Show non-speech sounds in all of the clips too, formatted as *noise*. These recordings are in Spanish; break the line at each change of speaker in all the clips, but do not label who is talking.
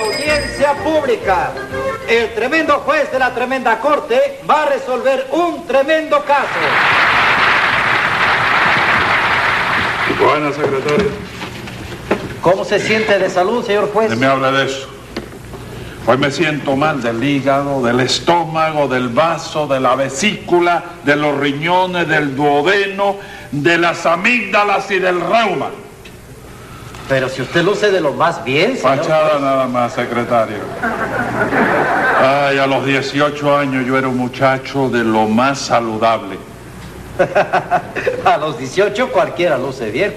audiencia pública. El tremendo juez de la tremenda corte va a resolver un tremendo caso.
Buenas, secretario.
¿Cómo se siente de salud, señor juez?
No me habla de eso. Hoy me siento mal del hígado, del estómago, del vaso, de la vesícula, de los riñones, del duodeno, de las amígdalas y del reuma.
Pero si usted luce de lo más bien, señor.
Fachada nada más, secretario. Ay, a los 18 años yo era un muchacho de lo más saludable.
A los 18 cualquiera luce bien,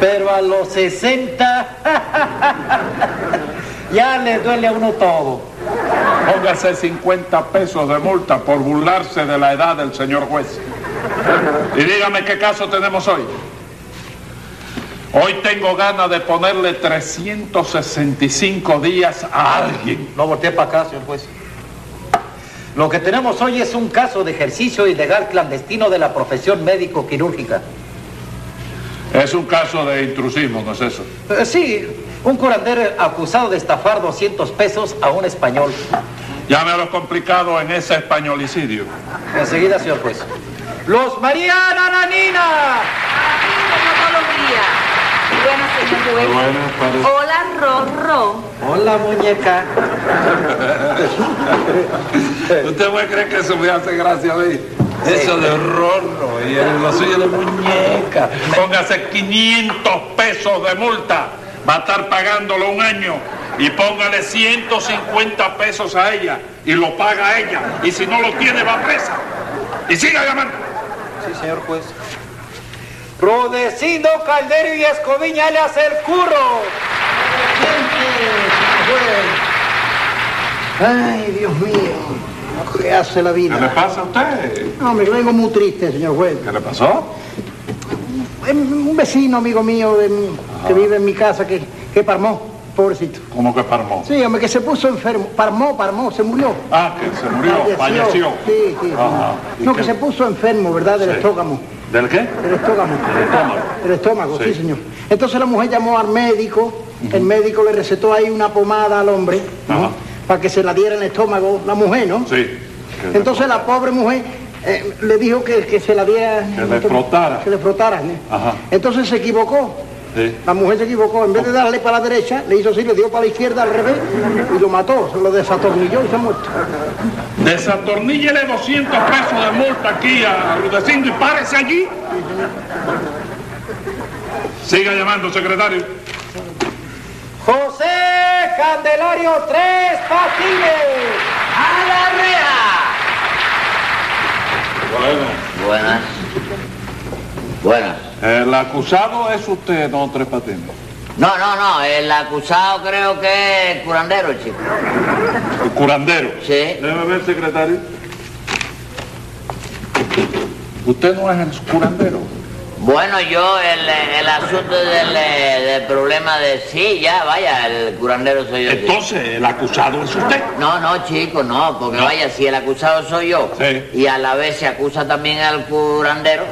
pero a los 60 *laughs* ya le duele a uno todo.
Póngase 50 pesos de multa por burlarse de la edad del señor juez. Y dígame qué caso tenemos hoy. Hoy tengo ganas de ponerle 365 días a alguien.
No volteé para acá, señor juez. Lo que tenemos hoy es un caso de ejercicio ilegal clandestino de la profesión médico-quirúrgica.
Es un caso de intrusismo, ¿no es eso?
Eh, sí, un curandero acusado de estafar 200 pesos a un español.
Llame a lo complicado en ese españolicidio.
Enseguida, señor juez. Los María Nananina.
Patología. Buenas, señor juez.
Buenas, padre.
Hola, Rorro.
Hola, muñeca.
¿Usted puede creer que eso me hace gracia a mí? Eso de rorro y el- lo suyo de muñeca. Póngase 500 pesos de multa. Va a estar pagándolo un año. Y póngale 150 pesos a ella. Y lo paga ella. Y si no lo tiene, va presa. Y siga llamando.
Sí, señor juez. Rodecindo Caldero y Escoviña le hace el curro.
Ay, Dios mío, ¿qué hace la
¿Qué le
vida?
pasa a usted?
No, me vengo muy triste, señor juez.
¿Qué le pasó?
Em, Un vecino, amigo mío, de mi- que vive en mi casa, que, que parmó, pobrecito.
¿Cómo que parmó?
Sí, hombre, que se puso enfermo. Parmó, parmó, se murió.
Ah, que se murió, falleció.
Sí, sí.
Ajá. ¿Y
No,
qué?
que se puso enfermo, ¿verdad? Del
Sí.
estómago.
¿Del qué?
El estómago.
Del estómago.
El estómago, sí.
Sí.
señor. Entonces la mujer llamó al médico, el médico le recetó ahí una pomada al hombre, ¿no?
Ajá.
Para que se la diera en el estómago la mujer, ¿no?
Sí.
Entonces la pobre mujer eh, le dijo que, que se la diera...
Que le frotara.
Que le frotara, ¿no?
Ajá.
Entonces se equivocó.
Sí.
La mujer se equivocó, en vez de darle para la derecha, le hizo así, le dio para la izquierda al revés y lo mató, se lo desatornilló y se ha muerto.
Desatorníllele 200 pesos de multa aquí a Rudecindo y párese allí. Siga llamando, secretario.
José Candelario Tres Patines.
¡A la rea!
Bueno.
Buenas. Buenas.
El acusado es usted, don Tres Patines.
No, no, no, el acusado creo que es el curandero, chico.
El curandero.
Sí.
Déjeme ver, secretario. Usted no es el curandero.
Bueno, yo, el, el asunto del, eh, del problema de sí, ya, vaya, el curandero soy yo. sí.
Entonces, el acusado es usted.
No, no, chico, no, porque
No.
vaya, si el acusado soy yo
Sí.
y a la vez se acusa también al curandero,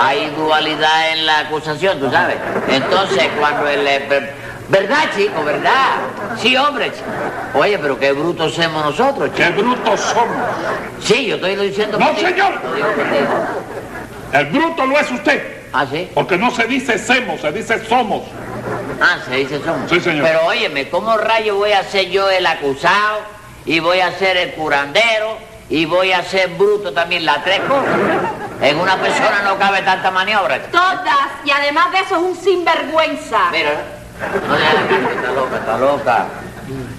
hay dualidad en la acusación, tú sabes. Entonces, cuando el... eh, per- ¿Verdad, chico? ¿Verdad? Sí, hombre. chico. Oye, pero qué brutos somos nosotros, chico.
¡Qué brutos somos!
Sí, yo estoy diciendo...
No,
contigo.
señor.
Lo digo contigo.
El bruto lo es usted.
Ah, sí.
Porque no se dice semos, se dice somos.
Ah, se dice somos.
Sí, señor.
Pero óyeme, ¿cómo rayo voy a ser yo el acusado y voy a ser el curandero y voy a ser bruto también las tres cosas? En una persona no cabe tanta maniobra.
Todas. Y además de eso es un sinvergüenza.
Mira, no le hagas caso, está loca, está loca.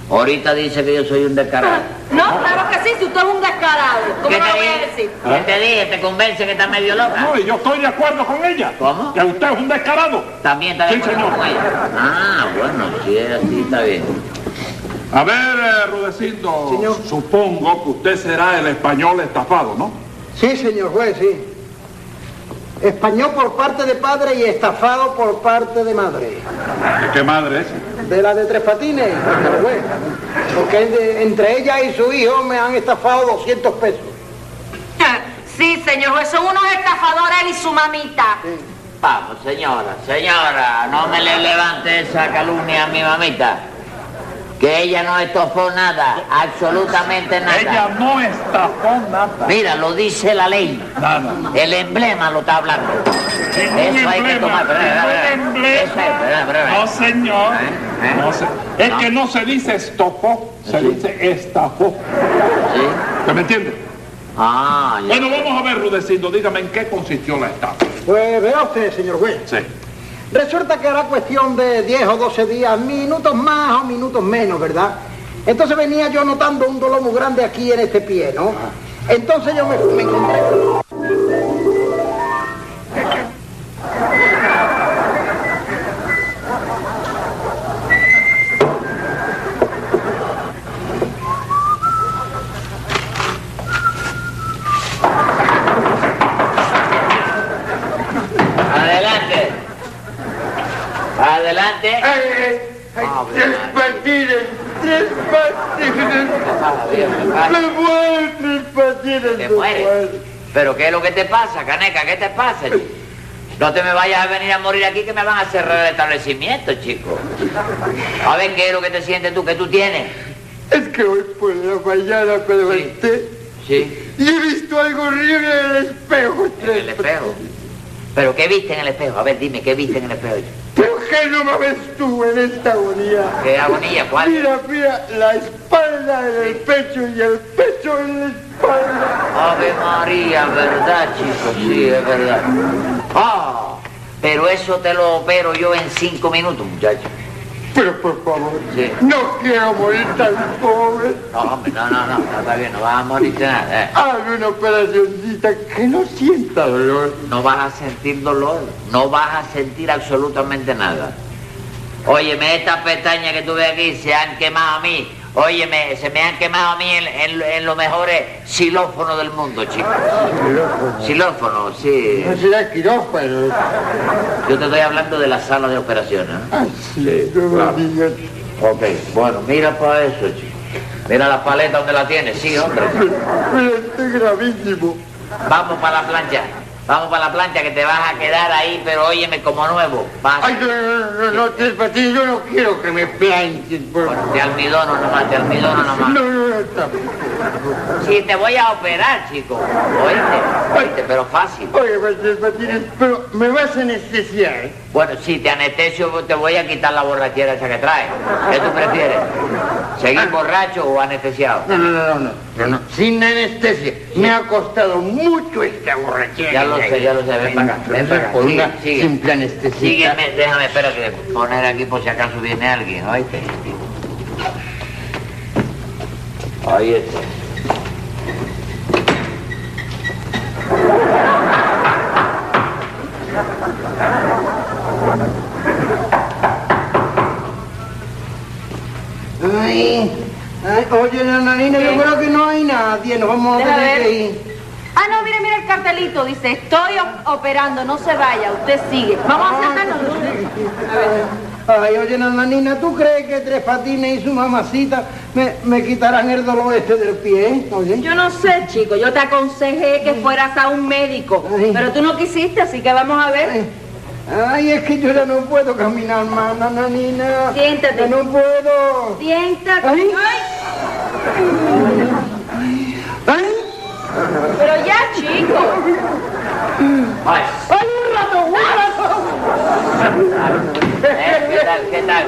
Ahorita dice que yo soy un descarado. Ah.
No, claro que sí, si usted es un descarado. ¿Cómo
¿Qué
no
te
lo voy a
dije?
decir? *laughs*
¿Qué te dije? ¿Te convence que está medio loca?
No, y yo estoy de acuerdo con ella.
¿Cómo?
Que usted es un descarado.
También está de
Sí,
acuerdo
señor.
con ella. Ah, bueno, sí, así está bien.
A ver, eh, Rudecindo,
Señor.
supongo que usted será el español estafado, ¿no?
Sí, señor juez, sí. Español por parte de padre y estafado por parte de madre.
¿De qué madre es?
De la de Tres Patines, señor juez. Porque es de- entre ella y su hijo me han estafado 200 pesos.
Sí, señor juez, son unos estafadores él y su mamita.
Vamos, señora, señora, no me le levante esa calumnia a mi mamita. que ella no estofó nada, absolutamente nada.
Ella no estafó nada.
Mira, lo dice la ley.
Nada.
El emblema lo está hablando.
Ningún
Eso hay que
emblema,
tomar. pero,
ningún
pero, pero,
emblema.
eso es, pero, pero,
No, señor.
¿Eh? ¿Eh?
No se- es
No.
que no se dice estofó, se
Sí.
dice estafó.
¿Sí?
¿Me entiende?
Ah, ya.
Bueno, vamos a ver, Rudecindo, dígame en qué consistió la estafa.
Pues vea usted, señor juez.
Sí.
Resulta que era cuestión de 10 o 12 días, minutos más o minutos menos, ¿verdad? Entonces venía yo notando un dolor muy grande aquí en este pie, ¿no? Entonces yo me, me encontré...
Adelante. Adelante.
Eh.
Ah, bueno.
patines, tres patines.
¿Qué pasa, tío? ¿Qué pasa?
Me muero tres patines.
Te
me
mueres.
muero.
¿Pero qué es lo que te pasa, Caneca? ¿Qué te pasa, chico? No te me vayas a venir a morir aquí que me van a cerrar el establecimiento, chico. A ver, ¿qué es lo que te sientes tú? ¿Qué tú tienes?
Es que hoy por la mañana me levanté
Sí,
y he visto algo horrible en el espejo.
en el espejo. ¿Pero qué viste en el espejo? A ver, dime, ¿qué viste en el espejo? chico?
Pero qué no mames tú en esta agonía.
¿Qué agonía? ¿Cuál?
Mira, mira, la espalda en el pecho y el pecho en la espalda.
Ave María, ¿verdad, chico? Sí, es verdad. ¡Ah! Pero eso te lo opero yo en cinco minutos, muchacho.
Pero por favor,
Sí.
no quiero morir tan pobre.
No, hombre, no, no, no, no está bien, no vas a morirte nada. eh.
Hazme una operacioncita que no sienta dolor.
No vas a sentir dolor, no vas a sentir absolutamente nada. Óyeme, estas pestañas que tuve aquí se han quemado a mí. Óyeme, se me han quemado a mí en, en- en los mejores xilófonos del mundo, chicos. Xilófonos, sí.
No será quirófano.
Yo te estoy hablando de la sala de operaciones. ¿eh?
Así, no me digas.
Ok, bueno, mira para eso, chico. Mira la paleta donde la tienes, sí, hombre.
Pero esto es gravísimo.
Vamos para la plancha. Vamos para la plancha que te vas a quedar ahí, pero óyeme como nuevo. Vas
Ay, no, no, no, no, tres patines, yo no quiero que me planchen, por
Bueno,
favor.
te almidono nomás, te almidono
No,
nomás.
no, no, tampoco.
Sí, te voy a operar, chico. Oíste, oíste, pero fácil.
Oye, pues, tres patines, pero me vas a anestesiar.
Bueno, si te anestesio, pues te voy a quitar la borrachera esa que traes. ¿Qué tú prefieres? ¿Seguir borracho o anestesiado?
No, no, no, no, no, no, no, sin anestesia. Me ha costado mucho esta borrachera.
Ya lo
que
sé, ya lo sé. Ven para acá, ven para acá.
Por
Sigue,
una
sigue.
simple anestesia.
Sígueme, déjame, espérate, poner aquí por si acaso viene alguien, oíste. Ahí está.
Ay, ay, oye, Nananina, yo creo que no hay nadie, nos vamos a
Deja
tener
ver.
que ir.
Ah, no, mire, mire el cartelito. Dice, estoy op- operando, no se vaya, usted sigue. Vamos a sentarnos.
Ay, oye, Nananina, ¿tú crees que Tres Patines y su mamacita me, me quitarán el dolor este del pie? Oye,
Yo no sé, chico, yo te aconsejé que fueras a un médico,
Ay.
pero tú no quisiste, así que vamos a ver.
ay, ay, es que yo ya no puedo caminar más, Nananina.
Siéntate.
Ya no puedo.
Siéntate.
Ay.
Ay,
Ay,
pero ya, chico.
Ay,
ay, un rato, un rato.
eh, ¿Qué tal? ¿Qué tal?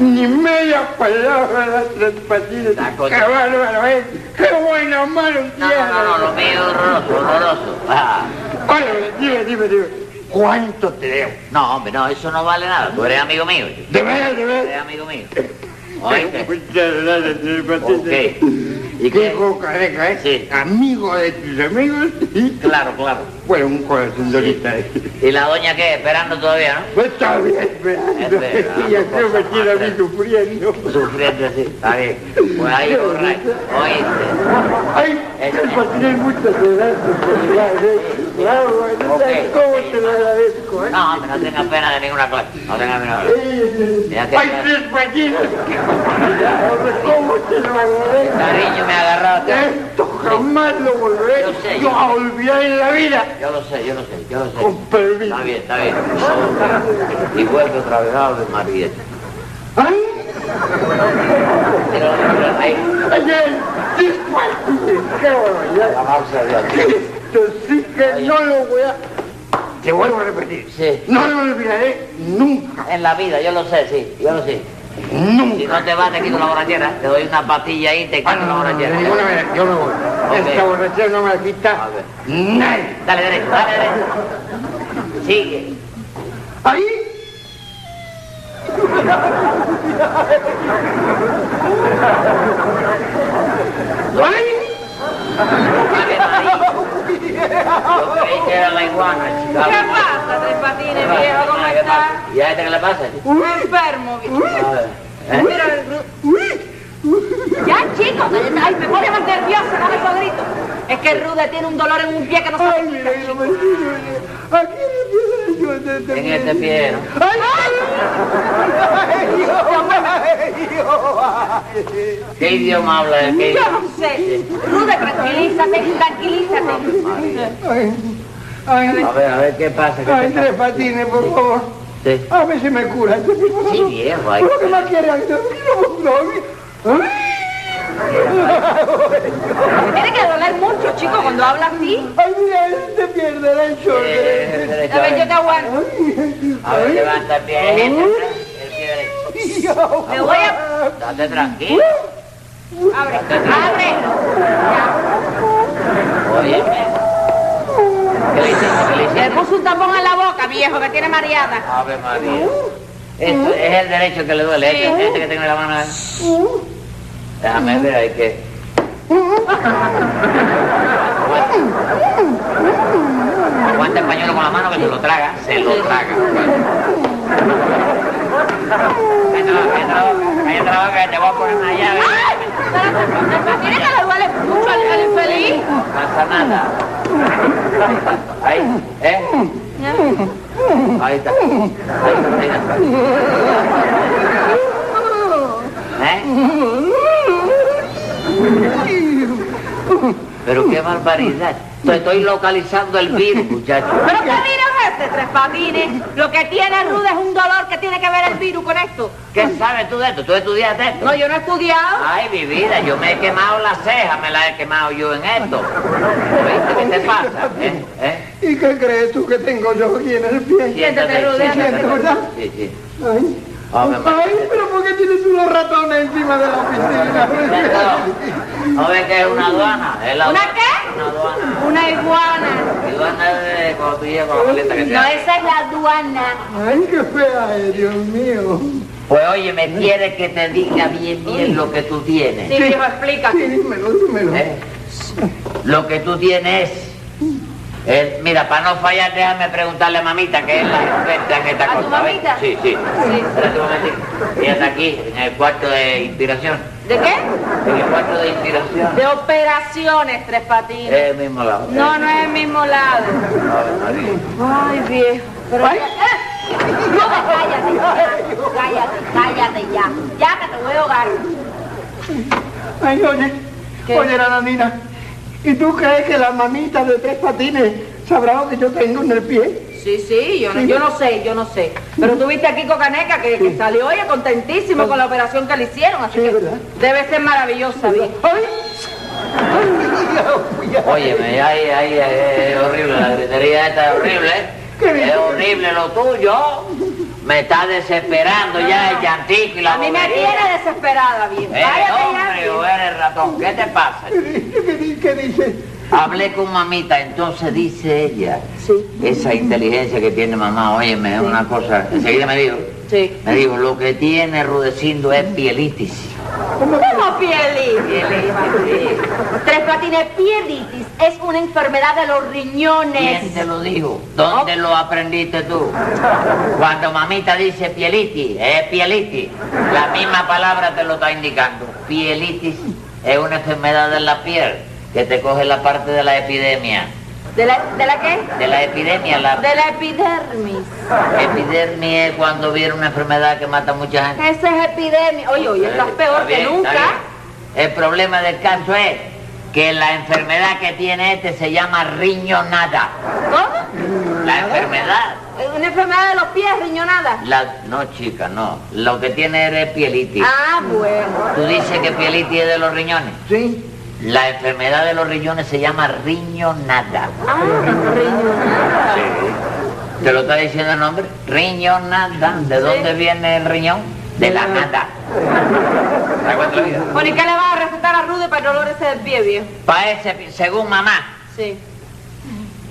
Ni media palabra las tres patines.
La cosa.
¡Qué bárbaro
¿eh?
es! ¡Qué buena mano
No,
tiene!
no, no, no, lo mío es horroroso, horroroso. Ah.
Oye, dime, dime, dime. ¿Cuánto te debo?
No, hombre, no, eso no vale nada. Tú eres amigo mío.
De veras, de Eh,
Tú eres
veras.
amigo mío.
Pero
Oíste.
Muchas gracias, señor
Ok.
Patines. Qué
¿Y qué?
coca rica, ¿eh?
Sí.
Amigo de tus amigos y
Claro, claro.
bueno, un corazón de ahorita.
¿Y la doña qué? Esperando todavía, ¿no?
Pues está bien, esperando.
Es verdad,
*laughs* Y así
cosa
me tiene a
más
mí sufriendo.
Sufriendo así. Está bien. Pues ahí, borracho. Oíste.
Ay, pues,
Eso
tres
es.
patines, muchas gracias por llegar, ¿eh? Bravo, no
Ok.
sabes cómo te lo agradezco, ¿eh?
No, hombre, no tengas pena de ninguna clase. No tengas pena de Mira que-
¡Ay, tres patines! ¿Cómo te lo agradezco?
Cariño, me agarraste.
Esto jamás lo volveré
Yo sé,
yo
yo
a
sé.
olvidar en la vida.
Yo lo sé, yo lo sé, yo lo sé.
Con permiso.
Está bien, está bien. Y vuelve otra vez, Ave María.
Ay,
Pero, pero, ay,
Oye, disparate, qué barbaridad.
vamos a ver.
Esto sí que no lo voy a... Te vuelvo a repetir.
Sí.
No lo olvidaré nunca,
En la vida, yo lo sé, sí, yo lo sé. Si
nunca.
no te vas, te quito la borrachera. Te doy una pastilla ahí y te
Ah, no,
quito la
no, no, de
borrachera.
ninguna manera, yo me voy.
Ok.
Esta borrachera no me la
A
quita
ver.
nadie.
Dale derecho, dale derecho. Sigue.
Ahí. Ahí.
Ave María. Yo creí que era la iguana, chica.
¿Qué pasa, Tres Patines,
pasa?
viejo? ¿Cómo
¿Qué
estás?
pasa? ¿Y a este qué le pasa?
Enfermo, viejo.
A ver. ¿Eh?
Mira el gru- Ya, chicos, ay, me pone más nerviosa con esos gritos. Es que Rude tiene un dolor en un pie que no sabe quitar, chico.
En este pie. ¿no? ¿Qué idioma habla el que
Yo no sé. Rude, tranquilízate, tranquilízate.
Ay, ay,
A ver, a ver qué pasa. ¿Qué
ay,
te
tres
pasa?
patines, por favor.
Sí.
A ver si me cura. este tipo.
Sí, viejo, ay.
¿Pero qué más quiere? Ay, no, no, no, no.
Tiene que doler mucho, chico, cuando habla así.
Ay, mira, él te pierde la
Eh,
enchorre.
derecho,
A ver, yo te aguanto.
A ver, levanta el pie. gente, El pie derecho.
Me voy a...
Date tranquilo.
Abre, abre. Ya.
Oye. ¿Qué le hiciste? ¿Qué le
Le
hiciste?
puso un tapón en la boca, viejo, que tiene mareada.
Ave María. Esto es el derecho que le duele, este, este que tengo en la mano. Déjame ver ahí que. Aguanta. Aguanta el pañuelo con la mano que se lo traga, se lo traga. Cállate la boca, cállate la boca, cállate la boca, que te voy a poner una llave.
¡Ay! Pero tiene que le duele mucho al al infeliz.
No pasa nada. Ahí, ¿eh? Ahí está. Ahí está. ¿Eh? Pero qué barbaridad. Te estoy localizando el virus, muchacho.
¿Pero qué virus es este, Tres Patines? Lo que tiene Rude es un dolor que tiene que ver el virus con esto.
¿Qué sabes tú de esto? ¿Tú estudiaste esto?
No, yo no he estudiado.
Ay, mi vida, yo me he quemado las cejas, me las he quemado yo en esto. ¿Viste qué te pasa? ¿Eh? ¿Eh?
¿Y qué crees tú que tengo yo aquí en el pie?
Siéntate,
Rudolfo.
siéntate.
¿Verdad?
Sí, sí.
Ay,
Ave María.
ay, pero ¿por qué tienes unos ratones encima de la piscina?
*laughs* No ves que es una aduana. Es la
¿Una
aduana.
qué?
Una aduana.
Una iguana.
Aduana es cuando tú llegas con la maleta que te
No,
hacen.
esa es la aduana.
Ay, qué fea es, Dios mío.
Pues oye, me quiere que te diga bien bien lo que tú tienes.
Sí, viejo, explica.
Sí, dímelo, dímelo.
¿eh? Lo que tú tienes es... eh, mira, para no fallar, déjame preguntarle a mamita, que es la experta en esta
¿A tu
cosa. ¿ves?
mamita?
Sí, sí.
Sí.
Espérate un momentito. Ella está aquí, en el cuarto de inspiración.
¿De qué?
En el cuarto de inspiración.
De operaciones, Tres Patines.
Es el mismo lado.
No, no es el mismo lado. Ay, viejo. Pero... No, cállate ya. Cállate, cállate ya. Ya que te voy a ahogar.
Ay, oye,
¿Qué?
oye, Nananina, ¿y tú crees que la mamita de tres patines sabrá lo que yo tengo en el pie?
Sí, sí, yo no, yo no sé, yo no sé. Pero tuviste aquí Cocaneca que, que salió oye, contentísimo con la operación que le hicieron, así
Sí,
que
¿verdad?
debe ser maravillosa, viejo.
Ay, ay, ya, ya.
Óyeme, ay, ay, ay, es horrible, la gritería esta es horrible, ¿eh?
¿Qué
Es horrible lo tuyo. Me está desesperando ya el llantico y la
A mí me
bobería.
tiene desesperada, viejo.
¿Eres
Cállate ya.
Eh, hombre o
viejo.
eres ratón? ¿Qué te pasa?
¿Qué dice? ¿Qué dice? ¿Qué dice?
Hablé con mamita, entonces dice ella,
Sí.
esa inteligencia que tiene mamá, óyeme, es una cosa. Enseguida me dijo,
Sí.
me dijo, lo que tiene Rudecindo es pielitis.
¿Cómo pielitis?
Pielitis, sí.
Tres patines, pielitis es una enfermedad de los
¿Quién
riñones.
te lo dijo? ¿Dónde lo aprendiste tú? Cuando mamita dice pielitis, es pielitis. La misma palabra te lo está indicando. Pielitis es una enfermedad de la piel que te coge la parte de la epidemia.
¿De la, ¿De la qué?
De la epidemia, la
De la epidermis.
epidemia es cuando viene una enfermedad que mata a mucha gente.
Esa es epidemia. Oye, oye, estás
Eh,
peor
está bien,
que
está
nunca.
bien. El problema del caso es que la enfermedad que tiene este se llama riñonada.
¿Cómo?
La enfermedad
Eh, Una enfermedad de los pies, riñonada.
La- no, chica, no. Lo que tiene eres pielitis.
Ah, bueno.
Tú dices que pielitis es de los riñones.
Sí.
La enfermedad de los riñones se llama riñonada.
Ah, riñonada.
¿Te lo está diciendo el nombre? Riñonada. ¿De
Sí.
dónde viene el riñón? De la
Mm.
nada. ¿Te acuerdas la vida?
Bueno, ¿y qué le vas a recetar a Rudy para el dolor ese del pie, viejo?
Pa' ese, pi- según mamá,
Sí.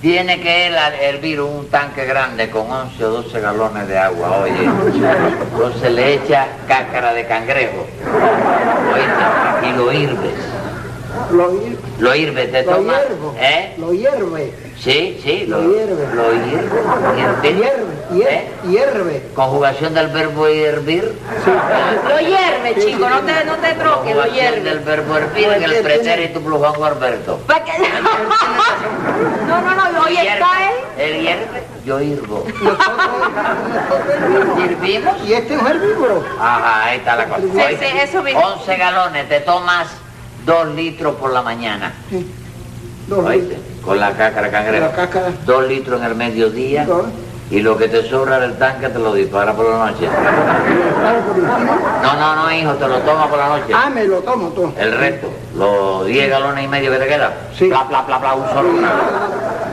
tiene que él a- hervir un tanque grande con 11 o 12 galones de agua, oye. Entonces le echa cáscara de cangrejo, oíste, y lo hirves.
Lo, hier-
Lo hirves, te
lo
toma...
hiervo.
¿Eh?
Lo hierve.
Sí, sí,
Lo hierve.
Lo hierve.
Hierve. hier-
¿Eh?
Hierve.
Conjugación del verbo hervir.
Lo hierve, chico, no te, no te troques, lo
Conjugación del
hierve.
verbo hervir en el pretérito plujón Alberto.
Pa' que- *laughs* No, no, no, hoy está él.
El hierve, yo hirvo. ¿Hirvimos?
Y este es un herbívoro.
Ajá, ahí está la cosa.
Sí,
Oíste,
sí, eso mismo.
11 galones, te tomas 2 litros por la mañana.
Dos
¿Oíste? Con la cáscara de cangrejo.
La cáscara.
2 litros en el mediodía.
Dos.
Y lo que te sobra del tanque te lo dispara por la noche. No, no, no, hijo, te lo tomas por la noche.
Ah, me lo tomo tú.
El resto, los 10 galones y medio que te quedan,
Sí.
bla, bla, bla, bla, un solo grano.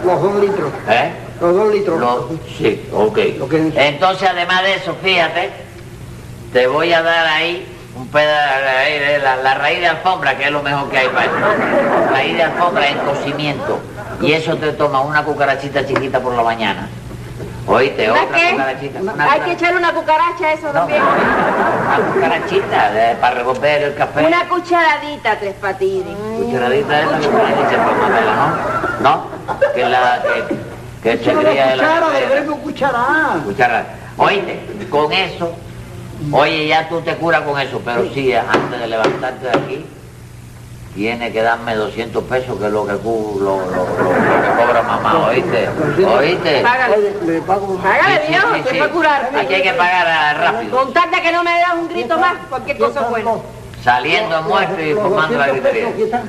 Los dos litros.
¿Eh?
Los dos litros.
Lo- sí, ok.
Ok.
Entonces, además de eso, fíjate, te voy a dar ahí un pedazo de la, la raíz de alfombra, que es lo mejor que hay para eso. Raíz de alfombra en cocimiento. Y eso te toma una cucarachita chiquita por la mañana. Oíste,
¿Una
otra
qué?
cucarachita. Una,
Hay que echarle una cucaracha a eso
no,
también.
una cucarachita de- para revolver el café.
Una cucharadita, tres patines.
Cucharadita esa que me dice para matarla, ¿no? ¿No? Que la que, que se
Pero
cría
la
de la
cuchara, del
cafetera.
verbo cucharar.
Cuchara. Oíste, con eso, oye, ya tú te curas con eso, pero sí, antes de levantarte de aquí, tiene que darme 200 pesos, que es lo que, cu- lo, lo- lo- lo que cobra mamá, ¿oíste? ¿Oíste?
Págale.
Le, le pago.
Ah,
Págale,
Sí, sí,
viejo, que
sí, sí.
es para curarme.
Aquí hay que pagar ah, rápido.
Con tal de que no me das un grito más, cualquier cosa es buena.
Saliendo muerto y formando la grifería.
Aquí están.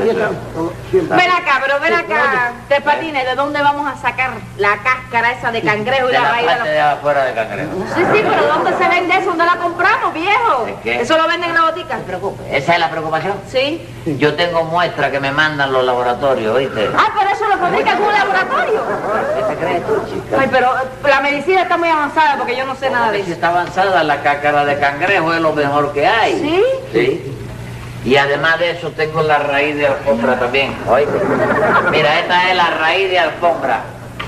Aquí están. los 200.
Ven acá, pero ven acá, tres patines, ¿de dónde vamos a sacar la cáscara esa de cangrejo y
De
la
la
raíz de
parte
la...
de afuera de cangrejo.
Sí, sí, pero ¿dónde se vende eso? ¿Dónde la compramos, viejo?
¿De qué?
Eso lo venden en la botica.
Esa es la preocupación.
Sí.
Yo tengo muestras que me mandan los laboratorios, ¿oíste?
Ah, pero eso lo fabrican en un laboratorio.
¿Qué te crees tú, chica?
Ay, pero eh, la medicina está muy avanzada porque yo no sé nada de
Porque si
eso.
está avanzada la cácara de cangrejo, es lo mejor que hay.
¿Sí?
Sí. Y además de eso tengo la raíz de alfombra también, ¿oíste? Mira, esta es la raíz de alfombra.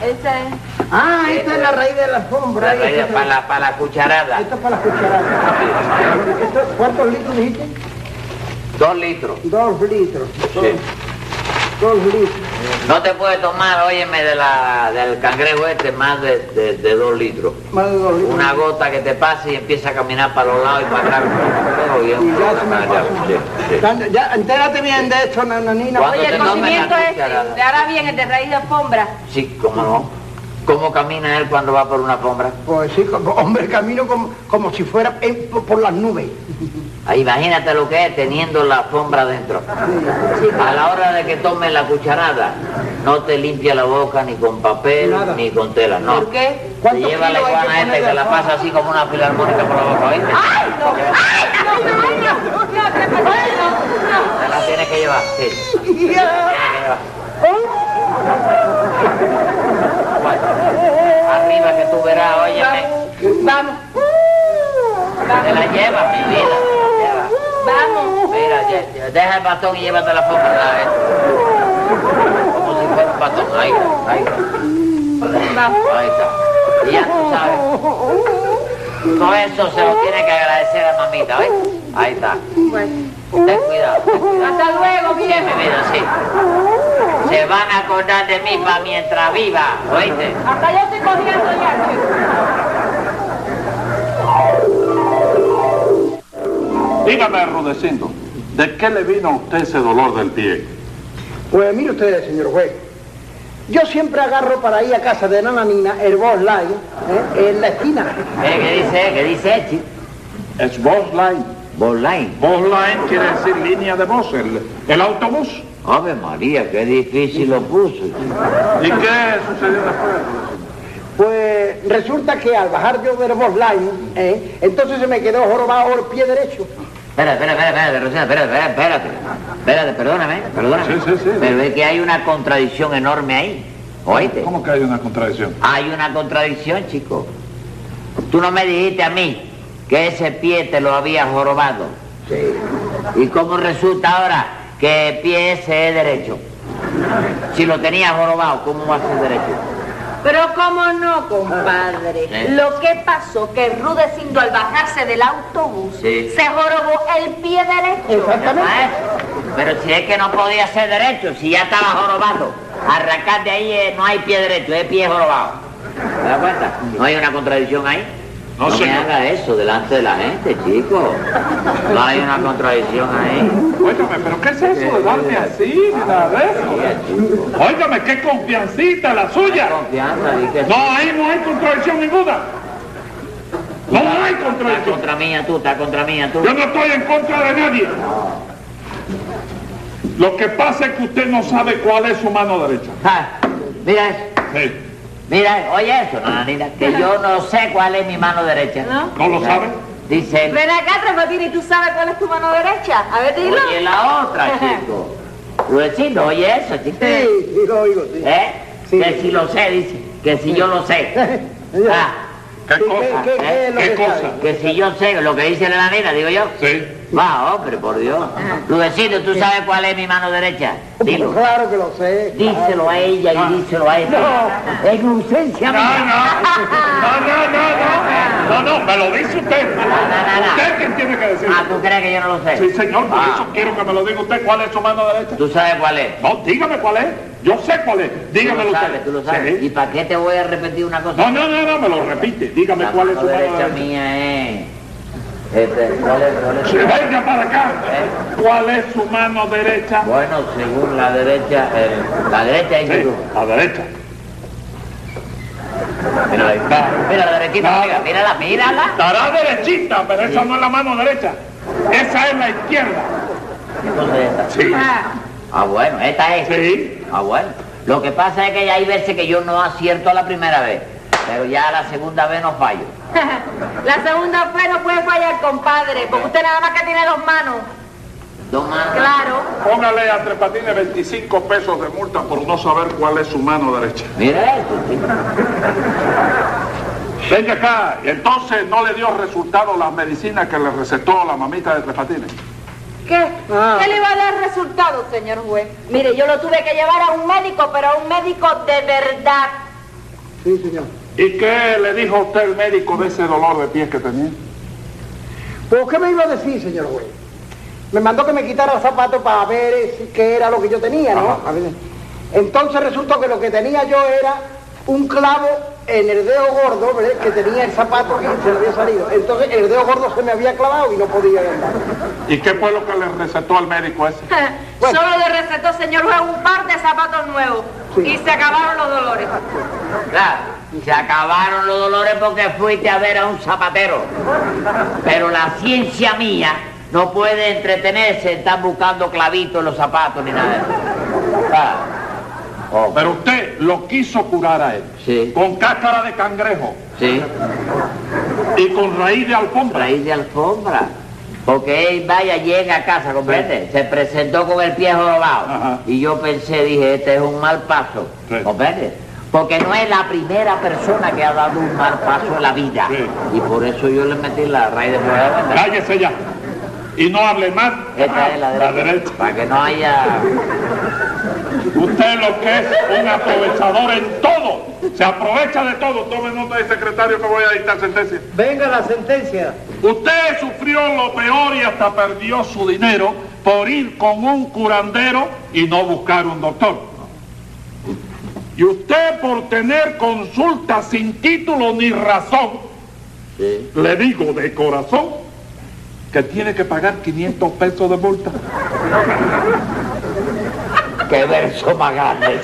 Esta es...
Ah, esta es la raíz de la alfombra.
La raíz de-
Esto
para, la, para la cucharada.
es para las cucharadas. Esto- ¿Cuántos litros dijiste?
Dos litros.
Dos litros.
Sí.
Dos litros.
No te puedes tomar, óyeme, de la, del cangrejo este más de, de- de dos litros.
Más de dos litros.
Una gota que te pase y empieza a caminar para los lados y para acá. Y es un
Y ya se
problema
me
ya,
pasó.
sí, sí.
Ya, ya, entérate bien de esto, nananina.
¿Cuánto
Oye, el
te tomas la
cocimiento este,
cucharada?
le hará bien el de raíz de
*laughs*
alfombra.
Sí, cómo no. ¿Cómo camina él cuando va por una alfombra?
Pues sí, como- hombre, camino como, como si fuera en- por, por las nubes.
Ah, Imagínate lo que es teniendo la alfombra dentro. A la hora de que tomes la cucharada, no te limpia la boca ni con papel
Nada.
ni con tela, no.
¿Por qué?
Te
¿Cuántos
lleva la
kilos hay que
iguana esta y
poner
te
de
la
alfombra? ¡Ah!
pasa así como una filarmónica por la boca, ¿oíste?
¡Ay, no! ¡Ay, no, no, ay, no! ¡No, tres patines, no! no.
Te la tienes que llevar, sí. Te la tienes que llevar. Bueno, arriba que tú verás, óyeme.
Vamos.
Te la llevas, mi vida, te la llevas.
Vamos.
Mira, ya- ya, deja el bastón y llévate la foto. ¿verdad? Como si fuera un bastón. Ahí, ahí,
Vamos.
ahí está. Y ya tú sabes. Todo eso se lo tiene que agradecer a mamita, ¿ves? Ahí está.
Bueno.
Ten cuidado, ten cuidado.
Hasta luego, viejo.
Mi vida, sí. Se van a acordar de mí para mientras viva, ¿oíste?
Hasta yo estoy cogiendo ya, chico.
Dígame, Rudecindo, ¿de qué le vino a usted ese dolor del pie?
Pues mire ustedes, señor juez. Yo siempre agarro para ir a casa de nananina, Herbos Light, ¿eh? en la esquina.
Mire, Eh, ¿Qué dice? ¿Qué dice Echi?
Es Boss Line.
Bolain.
Boss Line quiere decir línea de voz, el, el autobús.
Ave María, qué difícil lo puso.
¿Y qué sucedió después? Rudecindo?
Pues resulta que al bajar yo del boss line, ¿eh? entonces se me quedó jorobado el pie derecho.
Espera, espera, espera, espera, Rosita, espera, espera, espérate. Espérate, perdóname, perdóname.
Sí, sí, sí.
Pero es que hay una contradicción enorme ahí. ¿Oíste?
¿Cómo que hay una contradicción?
Hay una contradicción, chico. Tú no me dijiste a mí que ese pie te lo había jorobado. Sí. ¿Y cómo resulta ahora que el pie ese es derecho? Si lo tenías jorobado, ¿cómo va a ser derecho?
Pero cómo no, compadre.
Sí.
Lo que pasó que Rudecindo al bajarse del autobús
Sí.
se jorobó el pie derecho.
Maestro, Pero si es que no podía ser derecho, si ya estaba jorobado. Arrancar de ahí eh, no hay pie derecho, es pie jorobado. ¿Te das cuenta? ¿No hay una contradicción ahí?
No,
no me
señor.
haga eso delante de la gente, chico. No hay una contradicción ahí.
Óigame, pero ¿qué es eso de darme así, ni nada de eso? Óigame, qué confiancita la suya.
Confianza, di que sí.
No, ahí no hay contradicción ninguna. No hay
Estás
contradicción.
contra mía tú, estás contra mía tú.
Yo no estoy en contra de nadie. Lo que pasa es que usted no sabe cuál es su mano derecha.
Ja, Ah, mira eso,
Sí.
mira, eso, oye eso, nananina, que yo no sé cuál es mi mano derecha.
¿No?
¿No lo sabe?
Dice él.
Ven acá, Tres Patines, ¿tú sabes cuál es tu mano derecha? A ver, dilo.
Oye *laughs* la otra, chico. Rudecindo, oye eso, chico.
Sí, sí, lo oigo, sí.
¿Eh?
Sí.
Que si lo sé, dice. Que si yo lo sé. *laughs*
*laughs*
Ah, ¿Eh?
¿Qué cosa?
¿Qué- qué- qué es
¿Qué
lo que sabe?
cosa?
que si yo sé lo que dice la nena, digo yo.
Sí.
Va, hombre, por Dios. Rudecindo, ¿tú sabes cuál es mi mano derecha? Dilo.
Claro que lo sé.
Díselo a ella y díselo a ella. Ah. En ausencia
No,
mía.
no, no, no, no, no, no, no, me lo dice usted.
no, no.
Usted quien tiene que
Ah,
decirlo.
¿tú crees que yo no lo sé?
Sí, señor, por
Ah,
eso quiero que me lo diga usted cuál es su mano derecha.
¿Tú sabes cuál es?
No, dígame cuál es. Yo sé cuál es. Dígamelo
tú lo sabes,
usted.
tú lo sabes. ¿Y
Sí.
para qué te voy a repetir una cosa?
No, no, no, no, me lo repite. Dígame
La
cuál es
mano
su mano
derecha
derecha.
mía es... Este, ¿cuál es, cuál es?
Sí, venga para acá.
Eh.
¿Cuál es su mano derecha?
Bueno, según la derecha, eh, la derecha es
Sí,
YouTube.
a derecha.
Mira, ahí. mira la derechita,
No.
mira, mírala, mírala.
Estará derechita, pero esa no es la mano derecha. Esa es la izquierda.
Entonces esta.
Sí.
Ah, bueno, esta es.
Sí.
Ah, bueno. Lo que pasa es que ya hay veces que yo no acierto a la primera vez, pero ya a la segunda vez no fallo.
*laughs* La segunda fe no puede fallar, compadre, porque usted nada más que tiene dos manos.
Dos manos.
Claro.
Póngale a Tres Patines 25 pesos de multa por no saber cuál es su mano derecha.
Mira esto, chico.
Venga acá. Y entonces no le dio resultado las medicinas que le recetó la mamita de Tres Patines.
¿Qué?
Ah.
¿Qué le va a dar resultado, señor juez? Mire, yo lo tuve que llevar a un médico, pero a un médico de verdad.
Sí, señor.
¿Y qué le dijo a usted el médico de ese dolor de pies que tenía?
Pues, ¿qué me iba a decir, señor juez? Me mandó que me quitara el zapato para ver eh, qué era lo que yo tenía, ¿no?
Ajá.
A ver. Entonces resultó que lo que tenía yo era un clavo en el dedo gordo, ¿verdad? Que tenía el zapato y se le había salido. Entonces el dedo gordo se me había clavado y no podía andar.
¿Y qué fue lo que le recetó el médico ese?
*laughs*
Bueno.
Solo le recetó, señor juez, un par de zapatos nuevos.
Sí.
Y se acabaron los dolores.
Claro, se acabaron los dolores porque fuiste a ver a un zapatero. Pero la ciencia mía no puede entretenerse en estar buscando clavitos en los zapatos ni nada de eso. Claro. Oh,
Pero usted lo quiso curar a él.
Sí.
Con cáscara de cangrejo
sí,
y con raíz de alfombra.
raíz de alfombra. Porque él vaya, llega a casa, ¿comprende? Se presentó con el pie jorobado.
Ajá.
Y yo pensé, dije, este es un mal paso.
Sí.
¿Comprende? Porque no es la primera persona que ha dado un mal paso en la vida.
Sí.
Y por eso yo le metí la raíz de alfombra.
Cállese ya. Y no hable más.
Esta es la derecha. Para que no haya.
Usted lo que es un aprovechador en todo. Se aprovecha de todo. Tome nota de secretario que voy a dictar sentencia.
Venga la sentencia.
Usted sufrió lo peor y hasta perdió su dinero por ir con un curandero y no buscar un doctor. Y usted por tener consulta sin título ni razón,
Sí.
le digo de corazón que tiene que pagar 500 pesos de multa.
Qué verso más grande.